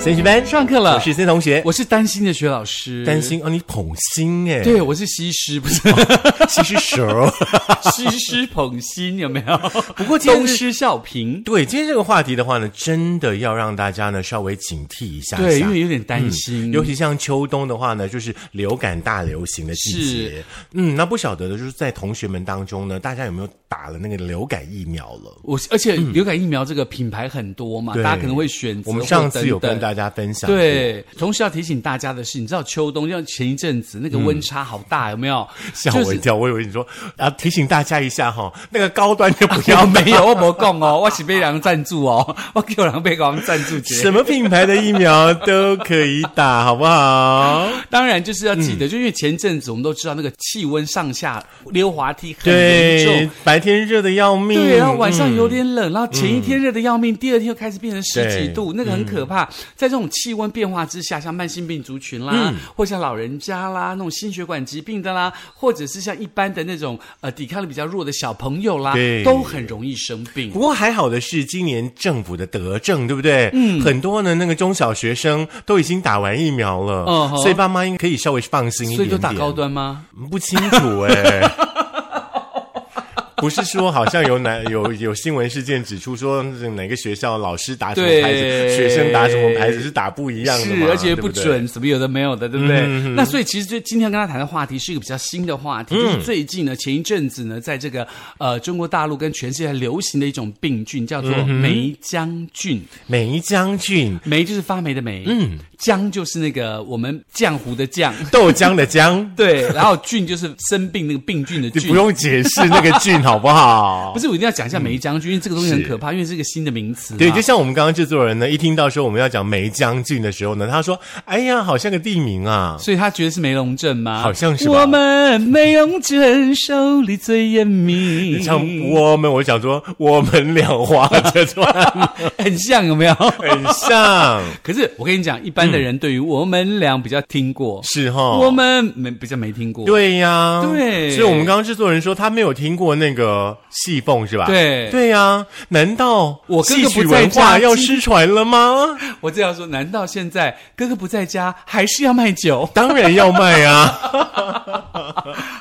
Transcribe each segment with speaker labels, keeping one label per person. Speaker 1: 森学班
Speaker 2: 上课了
Speaker 1: 我是森同学。
Speaker 2: 我是担心的学老师，
Speaker 1: 担，心哦，你捧心哎，
Speaker 2: 对，我是西施， 不是
Speaker 1: 其实蛇。
Speaker 2: 西施捧心，有 没有？不
Speaker 1: 过今天
Speaker 2: 东
Speaker 1: 是
Speaker 2: 施效颦，
Speaker 1: 对，今天这个话题的话呢，真的要让大家呢稍微警惕一下下
Speaker 2: 对，因为有嗯点担心，
Speaker 1: 尤其像秋冬的话呢，就是流感大流行的季节
Speaker 2: 是。
Speaker 1: 嗯，那不晓得的就是在同学们当中呢，大家有没有打了那个流感疫苗了？
Speaker 2: 我而且流感疫苗这个品牌很多嘛，
Speaker 1: 嗯对
Speaker 2: 大家可能会选择。
Speaker 1: 我们上次有跟
Speaker 2: 家。
Speaker 1: 大家分享过，
Speaker 2: 对，同时要提醒大家的是，你知道秋冬，像前一阵子那个温差好大，有没有？
Speaker 1: 嗯吓我一跳，我以为你说啊，提醒大家一下哈、那个高端就不
Speaker 2: 然
Speaker 1: 要
Speaker 2: 后
Speaker 1: 买
Speaker 2: 没有，我没讲哦，我是被人赞助哦，我叫人被人赞助节
Speaker 1: 什。么品牌的疫苗都可以打，好不好？
Speaker 2: 当然就是要
Speaker 1: 嗯
Speaker 2: 记得，就因为前阵子我们都知道那个气温上下溜滑梯很严
Speaker 1: 对
Speaker 2: 重。，
Speaker 1: 白天热的要命，
Speaker 2: 对，然后晚上
Speaker 1: 嗯
Speaker 2: 有点冷，然后前一天热的要命，第二天又开始变成十几
Speaker 1: 对嗯
Speaker 2: 度，那个很可怕。在这种气温变化之下，像慢性病族群啦，
Speaker 1: 嗯
Speaker 2: 或像老人家啦，那种心血管疾病的啦，或者是像一般的那种呃抵抗力比较弱的小朋友啦
Speaker 1: 对，
Speaker 2: 都很容易生病
Speaker 1: 不。过还好的是，今年政府的德政，对不对？嗯，很多呢，那个中小学生都已经打完疫苗了，
Speaker 2: 嗯哼
Speaker 1: 所以爸妈应该可以稍微放心一点
Speaker 2: 所以
Speaker 1: 点。
Speaker 2: 就打高端吗？
Speaker 1: 嗯不清楚哎、 不是说好像有哪有有新闻事件指出说哪个学校老师打什么牌子，
Speaker 2: 对
Speaker 1: 学生打什么牌子是打不一样的嘛，
Speaker 2: 是，而且
Speaker 1: 对
Speaker 2: 不
Speaker 1: 不对嗯
Speaker 2: 准，什么有的没有的，对不对？那所以其实就今天跟他谈的话题是一个比较新的话
Speaker 1: 嗯
Speaker 2: 题，就是最近呢，前一阵子呢，在这个呃中国大陆跟全世界流行的一种病菌，叫做
Speaker 1: 嗯
Speaker 2: 梅将菌。
Speaker 1: 梅将军。
Speaker 2: 梅就是发霉的霉，嗯，将就是那个我们浆糊的浆，
Speaker 1: 豆浆的浆，
Speaker 2: 对，然后菌就是生病那个病菌的
Speaker 1: 你
Speaker 2: 菌。
Speaker 1: 不用解释 那个菌好不好
Speaker 2: 不？是，我一定要讲一下梅将军，因为这个东西很
Speaker 1: 是
Speaker 2: 可怕，因为是一个新的名词嘛。
Speaker 1: 对，就像我们刚刚制作人呢，一听到说我们要讲梅将军的时候呢，他说：“哎呀，好像个地名啊。
Speaker 2: 所以他觉得是梅龙镇吗？
Speaker 1: 好像是吧
Speaker 2: 我们梅龙镇手里最严”密，
Speaker 1: 你唱我们，我想说我们两花这段
Speaker 2: 很像有没有？
Speaker 1: 很像，
Speaker 2: 可是我跟你讲，一般的人对于我们俩比较听过，
Speaker 1: 是哈。
Speaker 2: 我们没比较没听过。
Speaker 1: 哦对呀、
Speaker 2: 对
Speaker 1: 所以我们刚刚制作人说他没有听过那个戏凤是吧？
Speaker 2: 对
Speaker 1: 啊对呀、难道
Speaker 2: 我哥哥
Speaker 1: 戏
Speaker 2: 不
Speaker 1: 曲
Speaker 2: 在
Speaker 1: 文化
Speaker 2: 家
Speaker 1: 要
Speaker 2: 今
Speaker 1: 失传了 吗？
Speaker 2: 我这样说，难道现在哥哥不在家还是要 卖酒？
Speaker 1: 当然要卖 啊。
Speaker 2: 嗯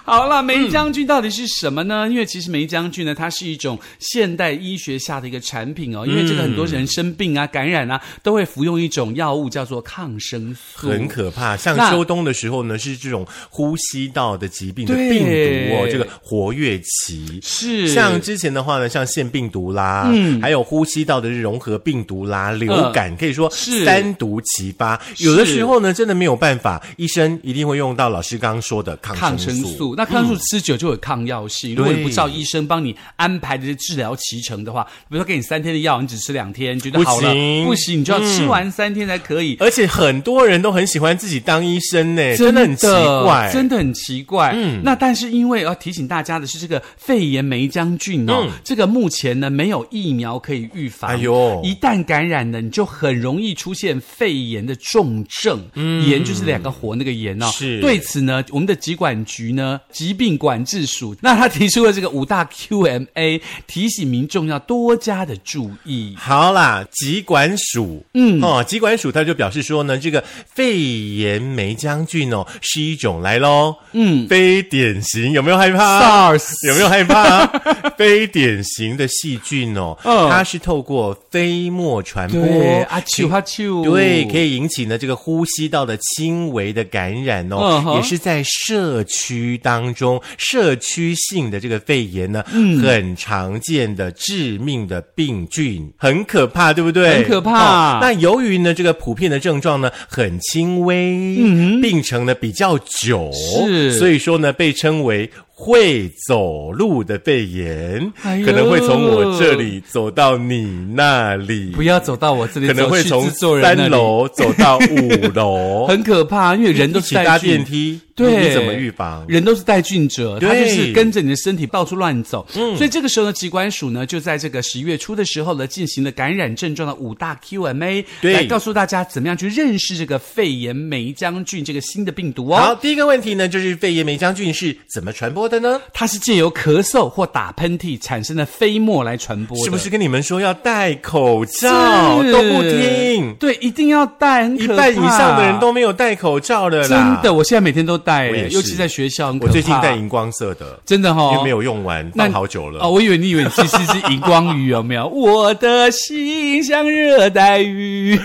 Speaker 2: 好了，梅将军到底是什么呢？因为其实梅将军呢，它是一种现代医学下的一个产品哦。因为这个很多人生病啊、感染啊，都会服用一种药物叫做抗生素。
Speaker 1: 很可怕。像
Speaker 2: 那
Speaker 1: 秋冬的时候呢，是这种呼吸道的疾病的
Speaker 2: 对
Speaker 1: 病毒哦，这个活跃期。
Speaker 2: 是
Speaker 1: 像之前的话呢，像腺病毒啦，嗯，还有呼吸道的融合病毒啦，流感、可以说
Speaker 2: 是
Speaker 1: 三毒齐发。有的时候呢，真的没有办法，医生一定会用到老师刚刚说的抗
Speaker 2: 抗
Speaker 1: 生
Speaker 2: 生
Speaker 1: 素。嗯
Speaker 2: 素，那抗生素吃久就有抗药性。如果你
Speaker 1: 对
Speaker 2: 不照医生帮你安排的治疗脐程的话，比如说给你三天的药，你只吃两天，觉得好了
Speaker 1: 不行嗯
Speaker 2: 不行，你就要吃完三天才可以。
Speaker 1: 而且很多人都很喜欢自己当医生呢，哎真的很奇怪。
Speaker 2: 真的很奇怪。嗯，那但是因为要提醒大家的是，这个肺炎梅将菌哦，这个目前呢没有疫苗可以预
Speaker 1: 嗯
Speaker 2: 防。
Speaker 1: 哎呦
Speaker 2: 一旦感染呢，你就很容易出现肺炎的重症。嗯，炎就是两个火那个炎哦。
Speaker 1: 是
Speaker 2: 对此呢，我们的疾管局呢，疾病管制署， 那他提出了这个五大 QMA，提醒民众要多加的注意。
Speaker 1: 好啦，疾管署，嗯，哦，疾管署他就表示说呢，这个肺炎梅将军哦是一种来喽，嗯，非典型，有没有害怕？
Speaker 2: SARS
Speaker 1: 啊 有没有害怕、啊 非典型的细菌哦，
Speaker 2: 嗯
Speaker 1: 它是透过飞沫传播，
Speaker 2: 对啊，啾
Speaker 1: 请
Speaker 2: 哈啾，
Speaker 1: 对，可
Speaker 2: 以。
Speaker 1: 以引起呢这个呼吸道的轻微的感染哦
Speaker 2: 嗯，哼
Speaker 1: 也是在社区当中，社区性的这个肺炎呢，
Speaker 2: 嗯
Speaker 1: 很常见的致命的病菌，很可怕，对不对？
Speaker 2: 很可怕
Speaker 1: 哦那由于呢这个普遍的症状呢很轻微，病程呢比较久，
Speaker 2: 嗯是
Speaker 1: 所以说呢被称为。会走路的肺炎、
Speaker 2: 哎呦
Speaker 1: 可能会从我这里走到你那里，
Speaker 2: 不要走到我这里，
Speaker 1: 可能会
Speaker 2: 走
Speaker 1: 从
Speaker 2: 去制作人那
Speaker 1: 三
Speaker 2: 里
Speaker 1: 楼走到五楼，
Speaker 2: 很可怕，因为人都
Speaker 1: 一
Speaker 2: 是
Speaker 1: 起搭
Speaker 2: 带菌
Speaker 1: 电。梯，
Speaker 2: 对
Speaker 1: 你你怎么预防？
Speaker 2: 人都是带菌者，
Speaker 1: 对嗯
Speaker 2: 他就是跟着你的身体到处乱走。所以这个时候呢，疾管署呢就在这个十一月初的时候呢，进行了感染症状的五大 Q&A，
Speaker 1: 对
Speaker 2: 来告诉大家怎么样去认识这个肺炎梅将菌这个新的病毒
Speaker 1: 好，
Speaker 2: 哦。
Speaker 1: 第一个问题呢，就是肺炎梅将菌是怎么传播的呢？
Speaker 2: 它是借由咳嗽或打喷嚏产生的飞沫来传播的，
Speaker 1: 是不是跟你们说要戴口罩
Speaker 2: 是
Speaker 1: 都不听？
Speaker 2: 对，一定要戴，很
Speaker 1: 一
Speaker 2: 可
Speaker 1: 半以上的
Speaker 2: 怕
Speaker 1: 人都没有戴口罩的
Speaker 2: 真
Speaker 1: 啦。
Speaker 2: 的，，我现在每天都戴
Speaker 1: 我也，是
Speaker 2: 尤其在学校，很可
Speaker 1: 我最近
Speaker 2: 怕
Speaker 1: 戴荧光色的，
Speaker 2: 真的
Speaker 1: 因
Speaker 2: 哈、
Speaker 1: 为没有用完，
Speaker 2: 那
Speaker 1: 放好久了。
Speaker 2: 哦，我以为你以为你其实是荧光鱼，有没 有？我的心像热 带鱼。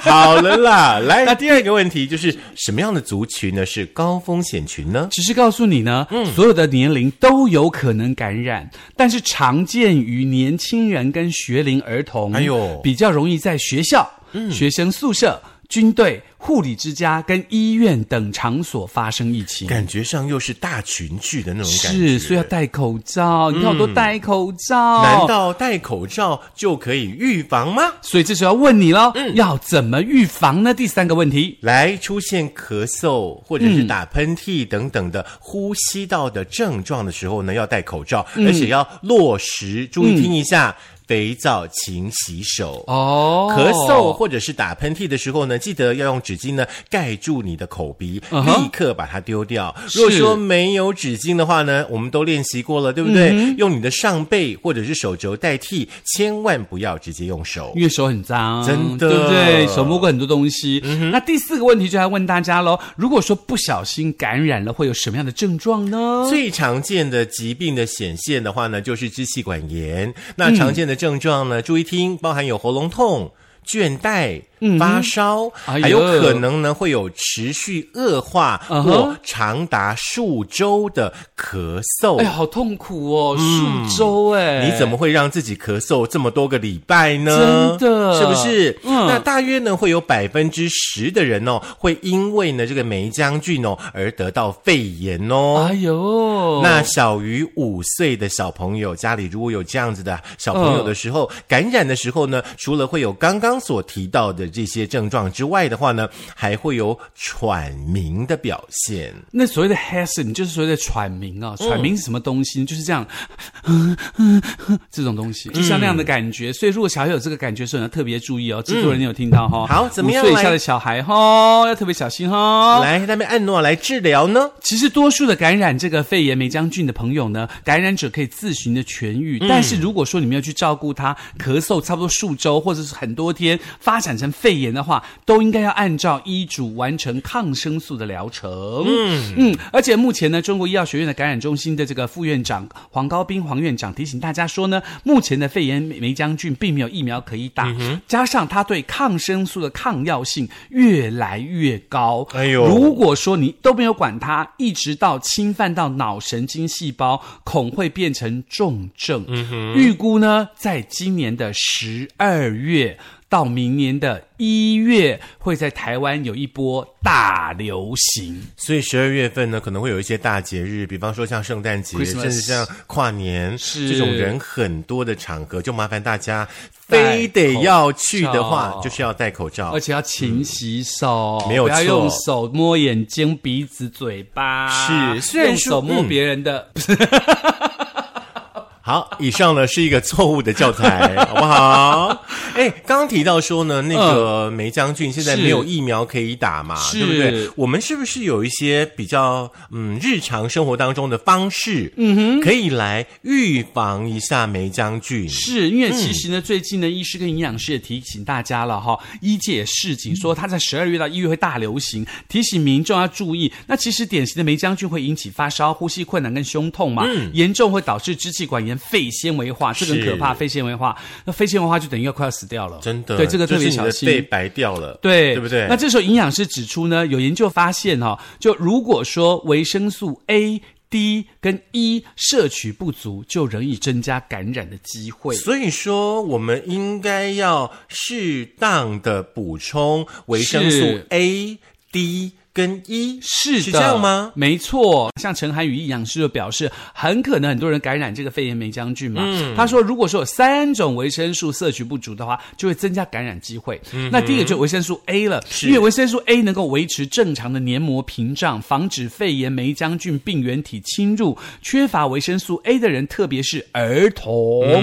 Speaker 1: 好了 啦，来，那第二个问题就是什么样的族群呢是高风险群呢？
Speaker 2: 只是告诉你呢，
Speaker 1: 嗯
Speaker 2: 所有的年龄都有可能感染，但是常见于年轻人跟学龄儿童，
Speaker 1: 哎呦嗯
Speaker 2: 比较容易在学校、学生宿舍、军队、护理之家跟医院等场所发生疫情。
Speaker 1: 感觉上又是大群聚的那种感觉，嗯
Speaker 2: 是，所以要。戴口罩。你看我都戴口罩，
Speaker 1: 难道戴口罩就可以预防吗？
Speaker 2: 所以这时候要问你喽，
Speaker 1: 嗯
Speaker 2: 要怎么预防呢？第三个问题，
Speaker 1: 来，出现咳嗽或者
Speaker 2: 嗯
Speaker 1: 是打喷嚏等等的呼吸道的症状的时候呢，要戴口罩，
Speaker 2: 嗯
Speaker 1: 而且要落实，注意听一下，肥皂勤洗手。
Speaker 2: 哦，
Speaker 1: 咳嗽或者是打喷嚏的时候呢，记得要用纸巾呢盖住你的口鼻
Speaker 2: 嗯哼
Speaker 1: 立刻把它丢掉。如果说没有纸巾的话呢，我们都练习过了，对不对？
Speaker 2: 嗯
Speaker 1: 用你的上背或者是手肘代替，千万不要直接用手
Speaker 2: 因。为手很脏，
Speaker 1: 真的嗯
Speaker 2: 对不对？手摸过很多东西。那第四个问题就来问大家喽：如果说不小心感染了，会有什么样的症状呢？
Speaker 1: 最常见的疾病的显现的话呢，就是支气管炎。那
Speaker 2: 嗯
Speaker 1: 常见的症状呢，注意听，包含有喉咙痛。倦怠、发烧，
Speaker 2: 嗯哎呦
Speaker 1: 还有可能呢会有持续恶化
Speaker 2: 嗯哼
Speaker 1: 或长达数周的咳嗽。
Speaker 2: 哎呀，好痛苦哦，数周哎，
Speaker 1: 嗯你怎么会让自己咳嗽这么多个礼拜呢？
Speaker 2: 真的
Speaker 1: 是不是？
Speaker 2: 嗯
Speaker 1: 那大约呢，会有百分之十的人哦，会因为呢这个梅将菌哦而得到肺炎哦。
Speaker 2: 哎呦，
Speaker 1: 那小于五岁的小朋友，家里如果有这样子的小朋友的时候，感染的时候呢，除了会有刚刚所提到的这些症状之外的话呢，还会有喘鸣的表现。
Speaker 2: 那所谓的 hasten 就是所谓的喘鸣啊，
Speaker 1: 嗯
Speaker 2: 喘鸣是什么东西呢？就是这样， 这种东
Speaker 1: 嗯
Speaker 2: 西，就像那样的感觉。所以如果小孩有这个感觉的时候，你要特别注意哦。制作人你有听到哈、哦？
Speaker 1: 嗯好怎么样
Speaker 2: 五岁以
Speaker 1: 来
Speaker 2: 下的小孩哈、哦，要特别小心哈、哦。
Speaker 1: 来，那边按诺来治疗呢？
Speaker 2: 其实多数的感染这个肺炎梅将菌的朋友呢，感染者可以自行的痊愈，
Speaker 1: 嗯
Speaker 2: 但是如果说你没有去照顾他，咳嗽差不多数周或者是很多天，发展成肺炎的话，都应该要按照医嘱完成抗生素的疗程。嗯嗯，而且目前呢，中国医药学院的感染中心的这个副院长黄高斌黄院长提醒大家说呢，目前的肺炎梅将菌并没有疫苗可以
Speaker 1: 嗯
Speaker 2: 打，加上它对抗生素的抗药性越来越高。
Speaker 1: 哎呦
Speaker 2: 如如果说你都没有管它，一直到侵犯到脑神经细胞，恐会变成重症。预估呢，在今年的十二月到明年的一月，会在台湾有一波大流行。
Speaker 1: 所以十二月份呢，可能会有一些大节日，比方说像圣诞节
Speaker 2: Christmas
Speaker 1: 甚至像跨年
Speaker 2: 是
Speaker 1: 这种人很多的场合，就麻烦大家
Speaker 2: 戴
Speaker 1: 非得要去的话
Speaker 2: 口罩，
Speaker 1: 就是要戴口罩
Speaker 2: 而。且要勤洗手，
Speaker 1: 没有
Speaker 2: 不要
Speaker 1: 错
Speaker 2: 用手摸眼睛、鼻子、嘴巴。
Speaker 1: 是虽然
Speaker 2: 用
Speaker 1: 说
Speaker 2: 手摸
Speaker 1: 嗯
Speaker 2: 别人的，
Speaker 1: 好，以上呢是一个错误的教 材，好不好？ 嗯哎，刚刚提到说呢，那个梅将军现在
Speaker 2: 是
Speaker 1: 没有疫苗可以打嘛，
Speaker 2: 是
Speaker 1: 对不对？我们是不是有一些比较嗯日常生活当中的方式，嗯哼，可以来预防一下梅将军？
Speaker 2: 是因为其实呢，最近呢，医师跟营养师也提醒大家了哈，医界也示
Speaker 1: 嗯
Speaker 2: 警说，它在十二月到一月会大流行，提醒民众要注意。那其实典型的梅将军会引起发烧、呼吸困难跟胸痛嘛，严重会导致支气管炎、肺纤维化，这个很
Speaker 1: 嗯是
Speaker 2: 可怕。肺纤维化，那肺纤维化就等于要快要死掉了，
Speaker 1: 真的，
Speaker 2: 对这个特别
Speaker 1: 就是你
Speaker 2: 小
Speaker 1: 的
Speaker 2: 心。
Speaker 1: 肺白掉了，
Speaker 2: 对，
Speaker 1: 对不对？
Speaker 2: 那这时候营养师指出呢，有研究发现哈、哦，就如果说维生素 A、D 跟 E 摄取不足，就容易增加感染的机会。
Speaker 1: 所以说，我们应该要适当的补充维生素
Speaker 2: 是
Speaker 1: A、D。跟一，
Speaker 2: 是的，
Speaker 1: 是这样吗？
Speaker 2: 没错，像陈涵宇营养师就表示，很可能很多人感染这个肺炎梅将菌嘛。
Speaker 1: 嗯
Speaker 2: 他说，如果说有三种维生素摄取不足的话，就会增加感染机会。
Speaker 1: 嗯
Speaker 2: 那第一个就是维生素 A 了，因为维生素 A 能够维持正常的黏膜屏障，防止肺炎梅将菌病原体侵入。缺乏维生素 A 的人，特别是儿童，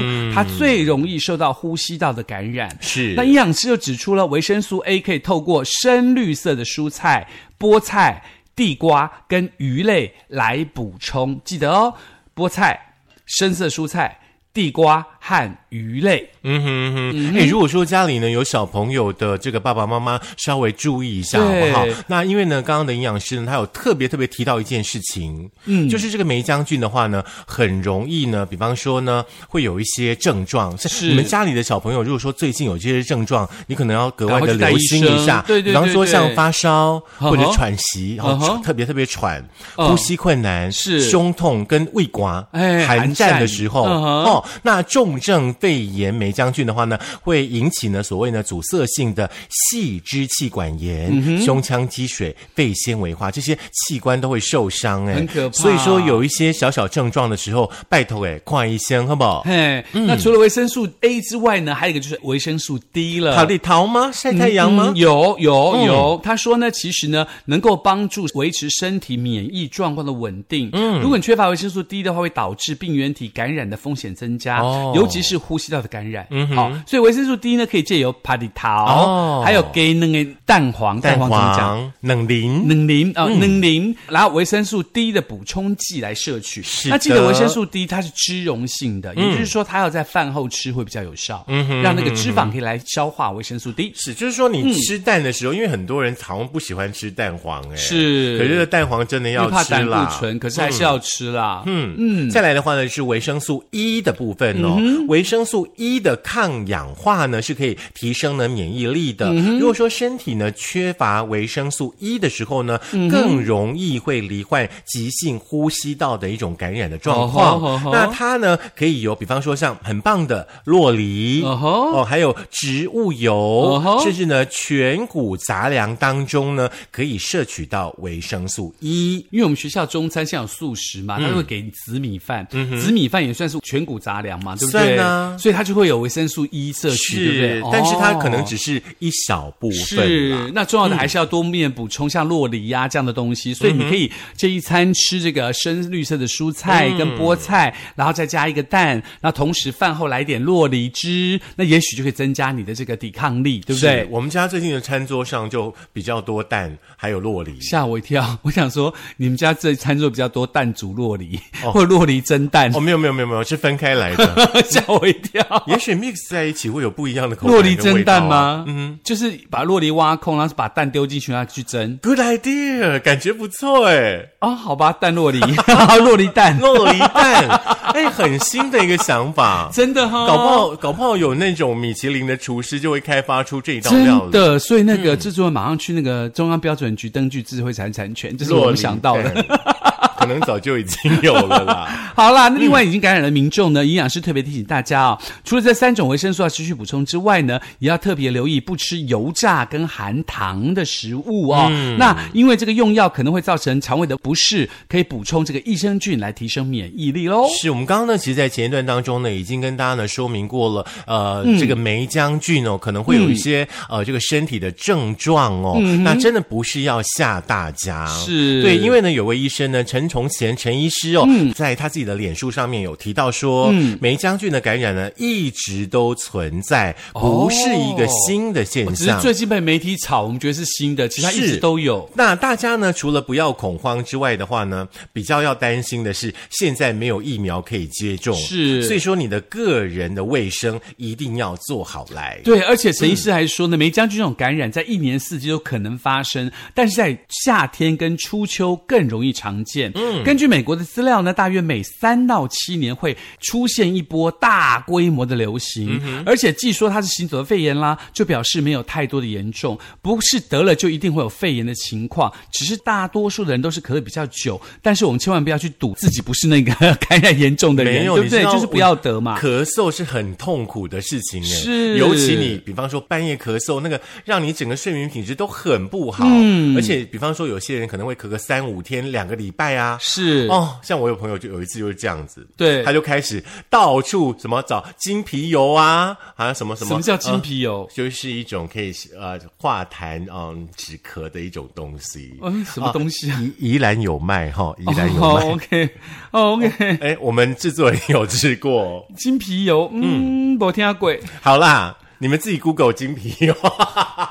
Speaker 1: 嗯
Speaker 2: 他最容易受到呼吸道的感染。
Speaker 1: 是
Speaker 2: 那营养师就指出了维生素 A 可以透过深绿色的蔬菜、菠菜、地瓜跟鱼类来补充，记得哦，菠菜、深色蔬菜、地瓜和鱼类。
Speaker 1: 嗯哼哼，哎、如果说家里呢有小朋友的这个爸爸妈妈，稍微注意一下好
Speaker 2: 对
Speaker 1: 不好？那因为呢，刚刚的营养师呢，他有特别特别提到一件事情，嗯，就是这个梅将军的话呢，很容易呢，比方说呢，会有一些症状。
Speaker 2: 是
Speaker 1: 你们家里的小朋友，如果说最近有这些症状，你可能要格外
Speaker 2: 赶快
Speaker 1: 的
Speaker 2: 去带
Speaker 1: 留心
Speaker 2: 医生啊
Speaker 1: 一下，
Speaker 2: 对对
Speaker 1: 比方
Speaker 2: 对
Speaker 1: 说
Speaker 2: 对
Speaker 1: 像发烧或者
Speaker 2: 嗯哼
Speaker 1: 喘息，
Speaker 2: 嗯
Speaker 1: 哦
Speaker 2: 哼，
Speaker 1: 特别特别喘，
Speaker 2: 嗯
Speaker 1: 呼吸困难，
Speaker 2: 是
Speaker 1: 胸痛跟胃刮，
Speaker 2: 哎寒
Speaker 1: 寒
Speaker 2: 战
Speaker 1: 战的时候，
Speaker 2: 嗯哼
Speaker 1: 哦。哦，那重症肺炎梅将菌的话呢，会引起呢所谓呢阻塞性的细支气管炎、
Speaker 2: 嗯
Speaker 1: 胸腔积水、肺纤维化，这些器官都会受伤哎，
Speaker 2: 很可怕
Speaker 1: 所以说有一些小小症状的时候，拜托哎，看医生好不好？
Speaker 2: 嘿，那除了维生素 A 之外呢，还有一个就是维生素 D 了。
Speaker 1: 考虑逃吗？晒太阳吗？
Speaker 2: 嗯有有
Speaker 1: 嗯
Speaker 2: 有，他说呢，其实呢，能够帮助维持身体免疫状况的稳定。嗯，如果你缺乏维生素 D 的话，会导致病原体感染的风险增加，
Speaker 1: 哦
Speaker 2: 尤其是呼吸道的感染。嗯，好、所以维生素 D 呢，可以借由帕地桃，
Speaker 1: 哦
Speaker 2: 还有给那个嗯蛋黄，
Speaker 1: 蛋
Speaker 2: 黄怎么讲？
Speaker 1: 黄、嗯冷凝。
Speaker 2: 能磷啊，能磷，然后维生素 D 的补充剂来摄取。
Speaker 1: 是
Speaker 2: 那记得
Speaker 1: 的嗯
Speaker 2: 维生素 D 它是脂溶性的，也就是说它要在饭后吃会比较有效，让那个
Speaker 1: 嗯
Speaker 2: 脂肪可以来消化维生素 D。
Speaker 1: 是，就是说
Speaker 2: 嗯
Speaker 1: 你吃蛋的时候，因为很多人好像不喜欢吃蛋黄，哎，
Speaker 2: 是
Speaker 1: 可是这个蛋黄真的
Speaker 2: 因为
Speaker 1: 要
Speaker 2: 怕
Speaker 1: 吃
Speaker 2: 胆
Speaker 1: 啦
Speaker 2: 固，醇，可是还是要吃啦。
Speaker 1: 嗯嗯，再来的话呢是维生素 E 的部分哦，
Speaker 2: 嗯
Speaker 1: 维生素 E 的抗氧化呢是可以提升呢免疫力的。
Speaker 2: 嗯
Speaker 1: 如果说身体呢缺乏维生素 E 的时候呢，
Speaker 2: 嗯
Speaker 1: 更容易会罹患急性呼吸道的一种感染的状
Speaker 2: 哦吼哦
Speaker 1: 况
Speaker 2: 吼。
Speaker 1: 那它呢可以有，比方说像很棒的洛梨
Speaker 2: 哦吼
Speaker 1: 哦，还有植物
Speaker 2: 哦
Speaker 1: 油，
Speaker 2: 吼
Speaker 1: 甚至呢全谷杂粮当中呢可以摄取到维生素 E。
Speaker 2: 因为我们学校中餐现在有素食
Speaker 1: 嗯
Speaker 2: 嘛，他就会给紫米饭，紫米饭也算是全谷杂粮嘛，对不对？
Speaker 1: 算啊
Speaker 2: 所以它就会有维生素 E 摄取，对
Speaker 1: 是
Speaker 2: 不对？，
Speaker 1: 但是它可能
Speaker 2: 哦
Speaker 1: 只是一小部分啊啦。
Speaker 2: 是，那重要的还是要多面补充，像洛梨啊呀、这样的东
Speaker 1: 嗯
Speaker 2: 西。所以你可以这一餐吃这个深绿色的蔬菜跟菠菜，然后再加一个蛋，那同时饭后来点洛梨汁，那也许就可以增加你的这个抵抗力，对不
Speaker 1: 是
Speaker 2: 对？
Speaker 1: 我们家最近的餐桌上就比较多蛋，还有洛梨。
Speaker 2: 吓我一跳！ 我想说，你们家这餐桌比较多蛋煮洛梨，或洛梨蒸蛋
Speaker 1: 哦，，没有没有没有没有，是分开来的。
Speaker 2: 吓我一 跳！
Speaker 1: 也许 mix 在一起会有不一样的口感、
Speaker 2: 洛梨蒸蛋
Speaker 1: 吗
Speaker 2: 吗？嗯，就是把洛梨挖空，然后把蛋丢进去，然后去蒸
Speaker 1: ？Good idea，感觉不错哎，
Speaker 2: 哦，好吧，蛋洛梨， 洛梨蛋，
Speaker 1: 洛梨 蛋，哎，很新的一个想法。
Speaker 2: 真的哈、
Speaker 1: 搞不好，搞不好有那种米其林的厨师就会开发出这一道料
Speaker 2: 真
Speaker 1: 理。嗯
Speaker 2: 的，所以那个制作人马上去那个中央标准局登记智慧财产权，这是我
Speaker 1: 洛
Speaker 2: 们
Speaker 1: 梨
Speaker 2: 想到的。
Speaker 1: 蛋，可能早就已经有了啦。
Speaker 2: 好啦，那另外已经感染的民众呢，营养师特别提醒大家哦，除了这三种维生素要持续补充之外呢，也要特别留意不吃油炸跟含糖的食物哦。
Speaker 1: 嗯
Speaker 2: 那因为这个用药可能会造成肠胃的不适，可以补充这个益生菌来提升免疫力喽。
Speaker 1: 是我们刚刚呢，其实，在前一段当中呢，已经跟大家呢说明过了，呃，
Speaker 2: 嗯
Speaker 1: 这个梅将军哦，可能会有一些、呃，这个身体的症状哦，那真的不是要吓大家，
Speaker 2: 嗯是
Speaker 1: 对，因为呢，有位医生呢，陈崇贤陈医师哦，
Speaker 2: 嗯
Speaker 1: 在他自己的脸书上面有提到说，梅将军的感染呢，一直都存在，不是一个新的现
Speaker 2: 哦只是
Speaker 1: 象。
Speaker 2: 最近被媒体炒，我们觉得是新的，其实它一直
Speaker 1: 是
Speaker 2: 都有。
Speaker 1: 那大家呢，除了不要恐慌之外的话呢，比较要担心的是，现在没有疫苗可以接种，
Speaker 2: 是
Speaker 1: 所以说你的个人的卫生一定要做好来。
Speaker 2: 对，而且陈医师还说呢，梅将军这种感染在一年四季都可能发生，但是在夏天跟初秋更容易常见。嗯，根据美国的资料呢，大约每三到七年会出现一波大规模的流行，
Speaker 1: 嗯
Speaker 2: 而且既说它是行走的肺炎啦，就表示没有太多的严重，不是得了就一定会有肺炎的情况，只是大多数的人都是咳得比较久，但是我们千万不要去赌自己不是那个 感染严重的人，
Speaker 1: 没有，
Speaker 2: 对不对？
Speaker 1: 你知道
Speaker 2: 就是不要得嘛。
Speaker 1: 咳嗽是很痛苦的事情耶，
Speaker 2: 是
Speaker 1: 尤其你比方说半夜咳嗽，那个让你整个睡眠品质都很不好。嗯，而且比方说有些人可能会咳个三五天、两个礼拜啊。
Speaker 2: 是
Speaker 1: 哦，像我有朋友就有一次就是这样子，
Speaker 2: 对
Speaker 1: 他就开始到处什么找金皮油啊，啊什么什么，
Speaker 2: 什么叫金
Speaker 1: 呃
Speaker 2: 皮油？
Speaker 1: 就是一种可以呃化痰嗯止咳的一种东西。
Speaker 2: 嗯，什么东西啊？
Speaker 1: 宜宜兰有卖哈，宜兰有卖。
Speaker 2: 哦，OK，哦，OK，
Speaker 1: 哎、我们制作人有吃过。
Speaker 2: 金皮油，嗯，我听下鬼，
Speaker 1: 好啦，你们自己 Google 金皮油。
Speaker 2: 啊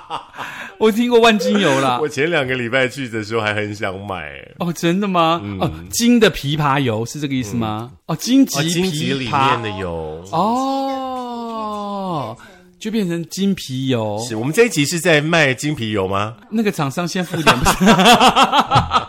Speaker 2: 我听过万金油啦
Speaker 1: 我。前两个礼拜去的时候还很想买。
Speaker 2: 哦，真的吗？
Speaker 1: 嗯
Speaker 2: 哦，金的枇杷油是这个意思吗？哦，荆棘
Speaker 1: 哦，荆棘
Speaker 2: 枇
Speaker 1: 里面
Speaker 2: 杷，
Speaker 1: 的油。
Speaker 2: 哦，就变成金皮油。
Speaker 1: 是我们这一集是在卖金皮油吗？
Speaker 2: 那个厂商先付点。不是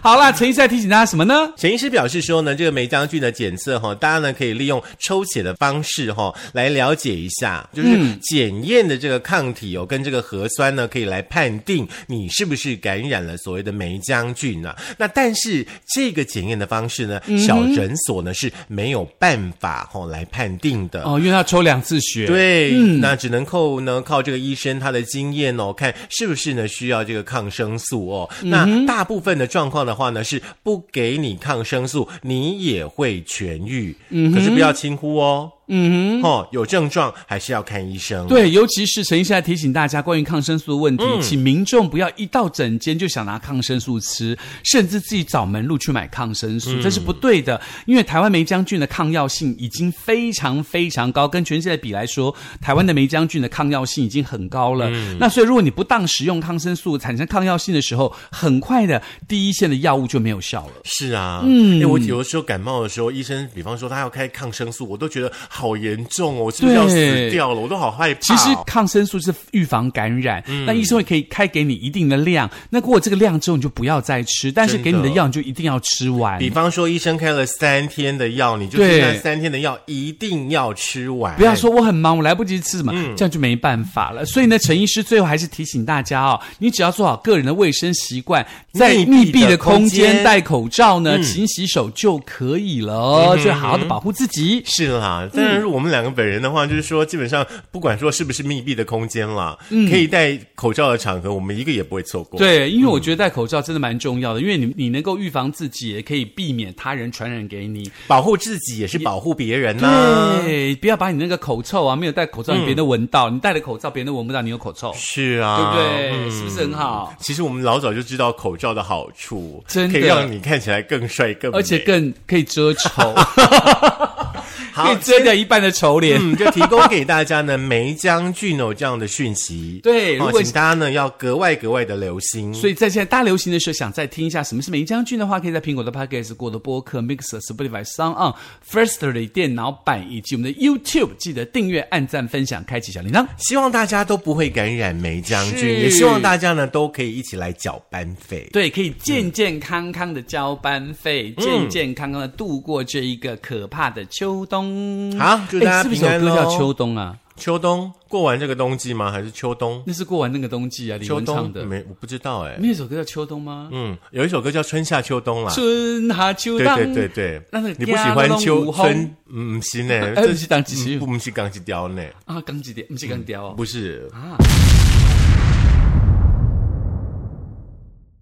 Speaker 2: 好啦，陈医师在提醒大家什 么呢？
Speaker 1: 陈医师表示说呢，这个梅将菌的检测哈、大家呢可以利用抽血的方式哈、来了解一下，就是检验的这个抗体哦，跟这个核酸呢可以来判定你是不是感染了所谓的梅将菌啊。那但是这个检验的方式呢，小诊所呢是没有办法哈、来判定的。
Speaker 2: 哦，因为要抽两次血。。
Speaker 1: 对，
Speaker 2: 嗯
Speaker 1: 那只能靠呢靠这个医生他的经验哦，看是不是呢需要这个抗生素哦。
Speaker 2: 嗯
Speaker 1: 那大部分的状况的话呢，是不给你抗生素，你也会痊愈。嗯，可是不要轻忽哦。嗯哼，哦，有症状还是要看医生。
Speaker 2: 对，尤其是陈医师还提醒大家关于抗生素的问题，请民众不要一到诊间就想拿抗生素吃，甚至自己找门路去买抗生素，这是不对的。因为台湾梅将菌的抗药性已经非常非常高，跟全世界比来说，台湾的梅将菌的抗药性已经很高了。那所以如果你不当使用抗生素产生抗药性的时候，很快的第一线的药物就没有效了。
Speaker 1: 是啊，嗯，因为我有的时候感冒的时候，医生比方说他要开抗生素，我都觉得好严重哦，我是不是要死
Speaker 2: 对
Speaker 1: 掉了？我都好嗯害怕、
Speaker 2: 其
Speaker 1: 哦。
Speaker 2: 实抗生素是预防感染，那医生会可以开给你一定的量，那过这个量之后你就不要再吃，但是给你的药你就一定要吃完。
Speaker 1: 比方说，医生开了三天的药，你就是
Speaker 2: 对
Speaker 1: 那三天的药一定要吃完。
Speaker 2: 不要说我很忙，我来不及吃什么，
Speaker 1: 嗯
Speaker 2: 这样就没办法了。所以呢，陈医师最后还是提醒大家哦，你只要做好个人的卫生习惯，在
Speaker 1: 密闭的
Speaker 2: 密闭的空
Speaker 1: 空
Speaker 2: 间
Speaker 1: 间嗯
Speaker 2: 戴口罩呢，勤洗手就可以了哦，就好好的保护自己。
Speaker 1: 是啦，当
Speaker 2: 嗯
Speaker 1: 然我们两个本人的话，就是说，基本上不管说是不是密闭的空间啦，可以戴口罩的场合，我们一个也不会错过。，
Speaker 2: 嗯对，因为我觉得戴口罩真的蛮重要的，因为你你能够预防自己，也可以避免他人传染给你。
Speaker 1: 保护自己也是保护别人呐、
Speaker 2: 对，哎不要把你那个口臭啊，没有戴口罩，你别人都闻到；你戴了口罩，别人都闻不到你有口臭，
Speaker 1: 是啊，
Speaker 2: 对不对？
Speaker 1: 嗯
Speaker 2: 是不是很好？
Speaker 1: 其实我们老早就知道口罩的好处，
Speaker 2: 真的
Speaker 1: 可以让你看起来更帅更美，
Speaker 2: 而且更可以遮 丑， 可
Speaker 1: 好
Speaker 2: 以。遮掉一半的丑脸。
Speaker 1: 嗯，就提供给大家呢梅将军哦这样的讯息。
Speaker 2: 对
Speaker 1: 哦
Speaker 2: 如果
Speaker 1: 请大家呢要格外格外的留心。
Speaker 2: 所以在现在大流行的时候，想再听一下什么是梅将军的话，可以在苹果的 Podcast、过的播客、Mixer、Spotify、Sound On、Firstory 电脑版以及我们的 YouTube，记得订阅、按赞、分享、开启小铃铛。
Speaker 1: 希望大家都不会感染梅将军，
Speaker 2: 是
Speaker 1: 也希望大家呢都可以一起来缴班费。
Speaker 2: 对，可以健健康康的交班费，
Speaker 1: 嗯
Speaker 2: 健健康康的度过这一个可怕的秋冬。
Speaker 1: 好祝大家
Speaker 2: 哎是不是有
Speaker 1: 平安
Speaker 2: 歌
Speaker 1: 咯
Speaker 2: 叫秋冬啊？
Speaker 1: 秋冬过完这个冬季吗？还是秋冬？
Speaker 2: 那是过完那个冬季啊，李
Speaker 1: 秋
Speaker 2: 玟唱
Speaker 1: 冬
Speaker 2: 的。
Speaker 1: 没，我不知道哎、
Speaker 2: 那首歌叫秋冬吗？
Speaker 1: 嗯，有一首歌叫《春夏秋冬》啦。
Speaker 2: 春夏秋
Speaker 1: 对
Speaker 2: 冬。
Speaker 1: 对对对，
Speaker 2: 那个
Speaker 1: 你不喜欢秋
Speaker 2: 冬有
Speaker 1: 春
Speaker 2: 风？
Speaker 1: 嗯，不是 呢，
Speaker 2: 哎不是当几时
Speaker 1: 嗯不不是钢琴雕呢，
Speaker 2: 啊，钢几点？不是钢雕哦。
Speaker 1: 不是。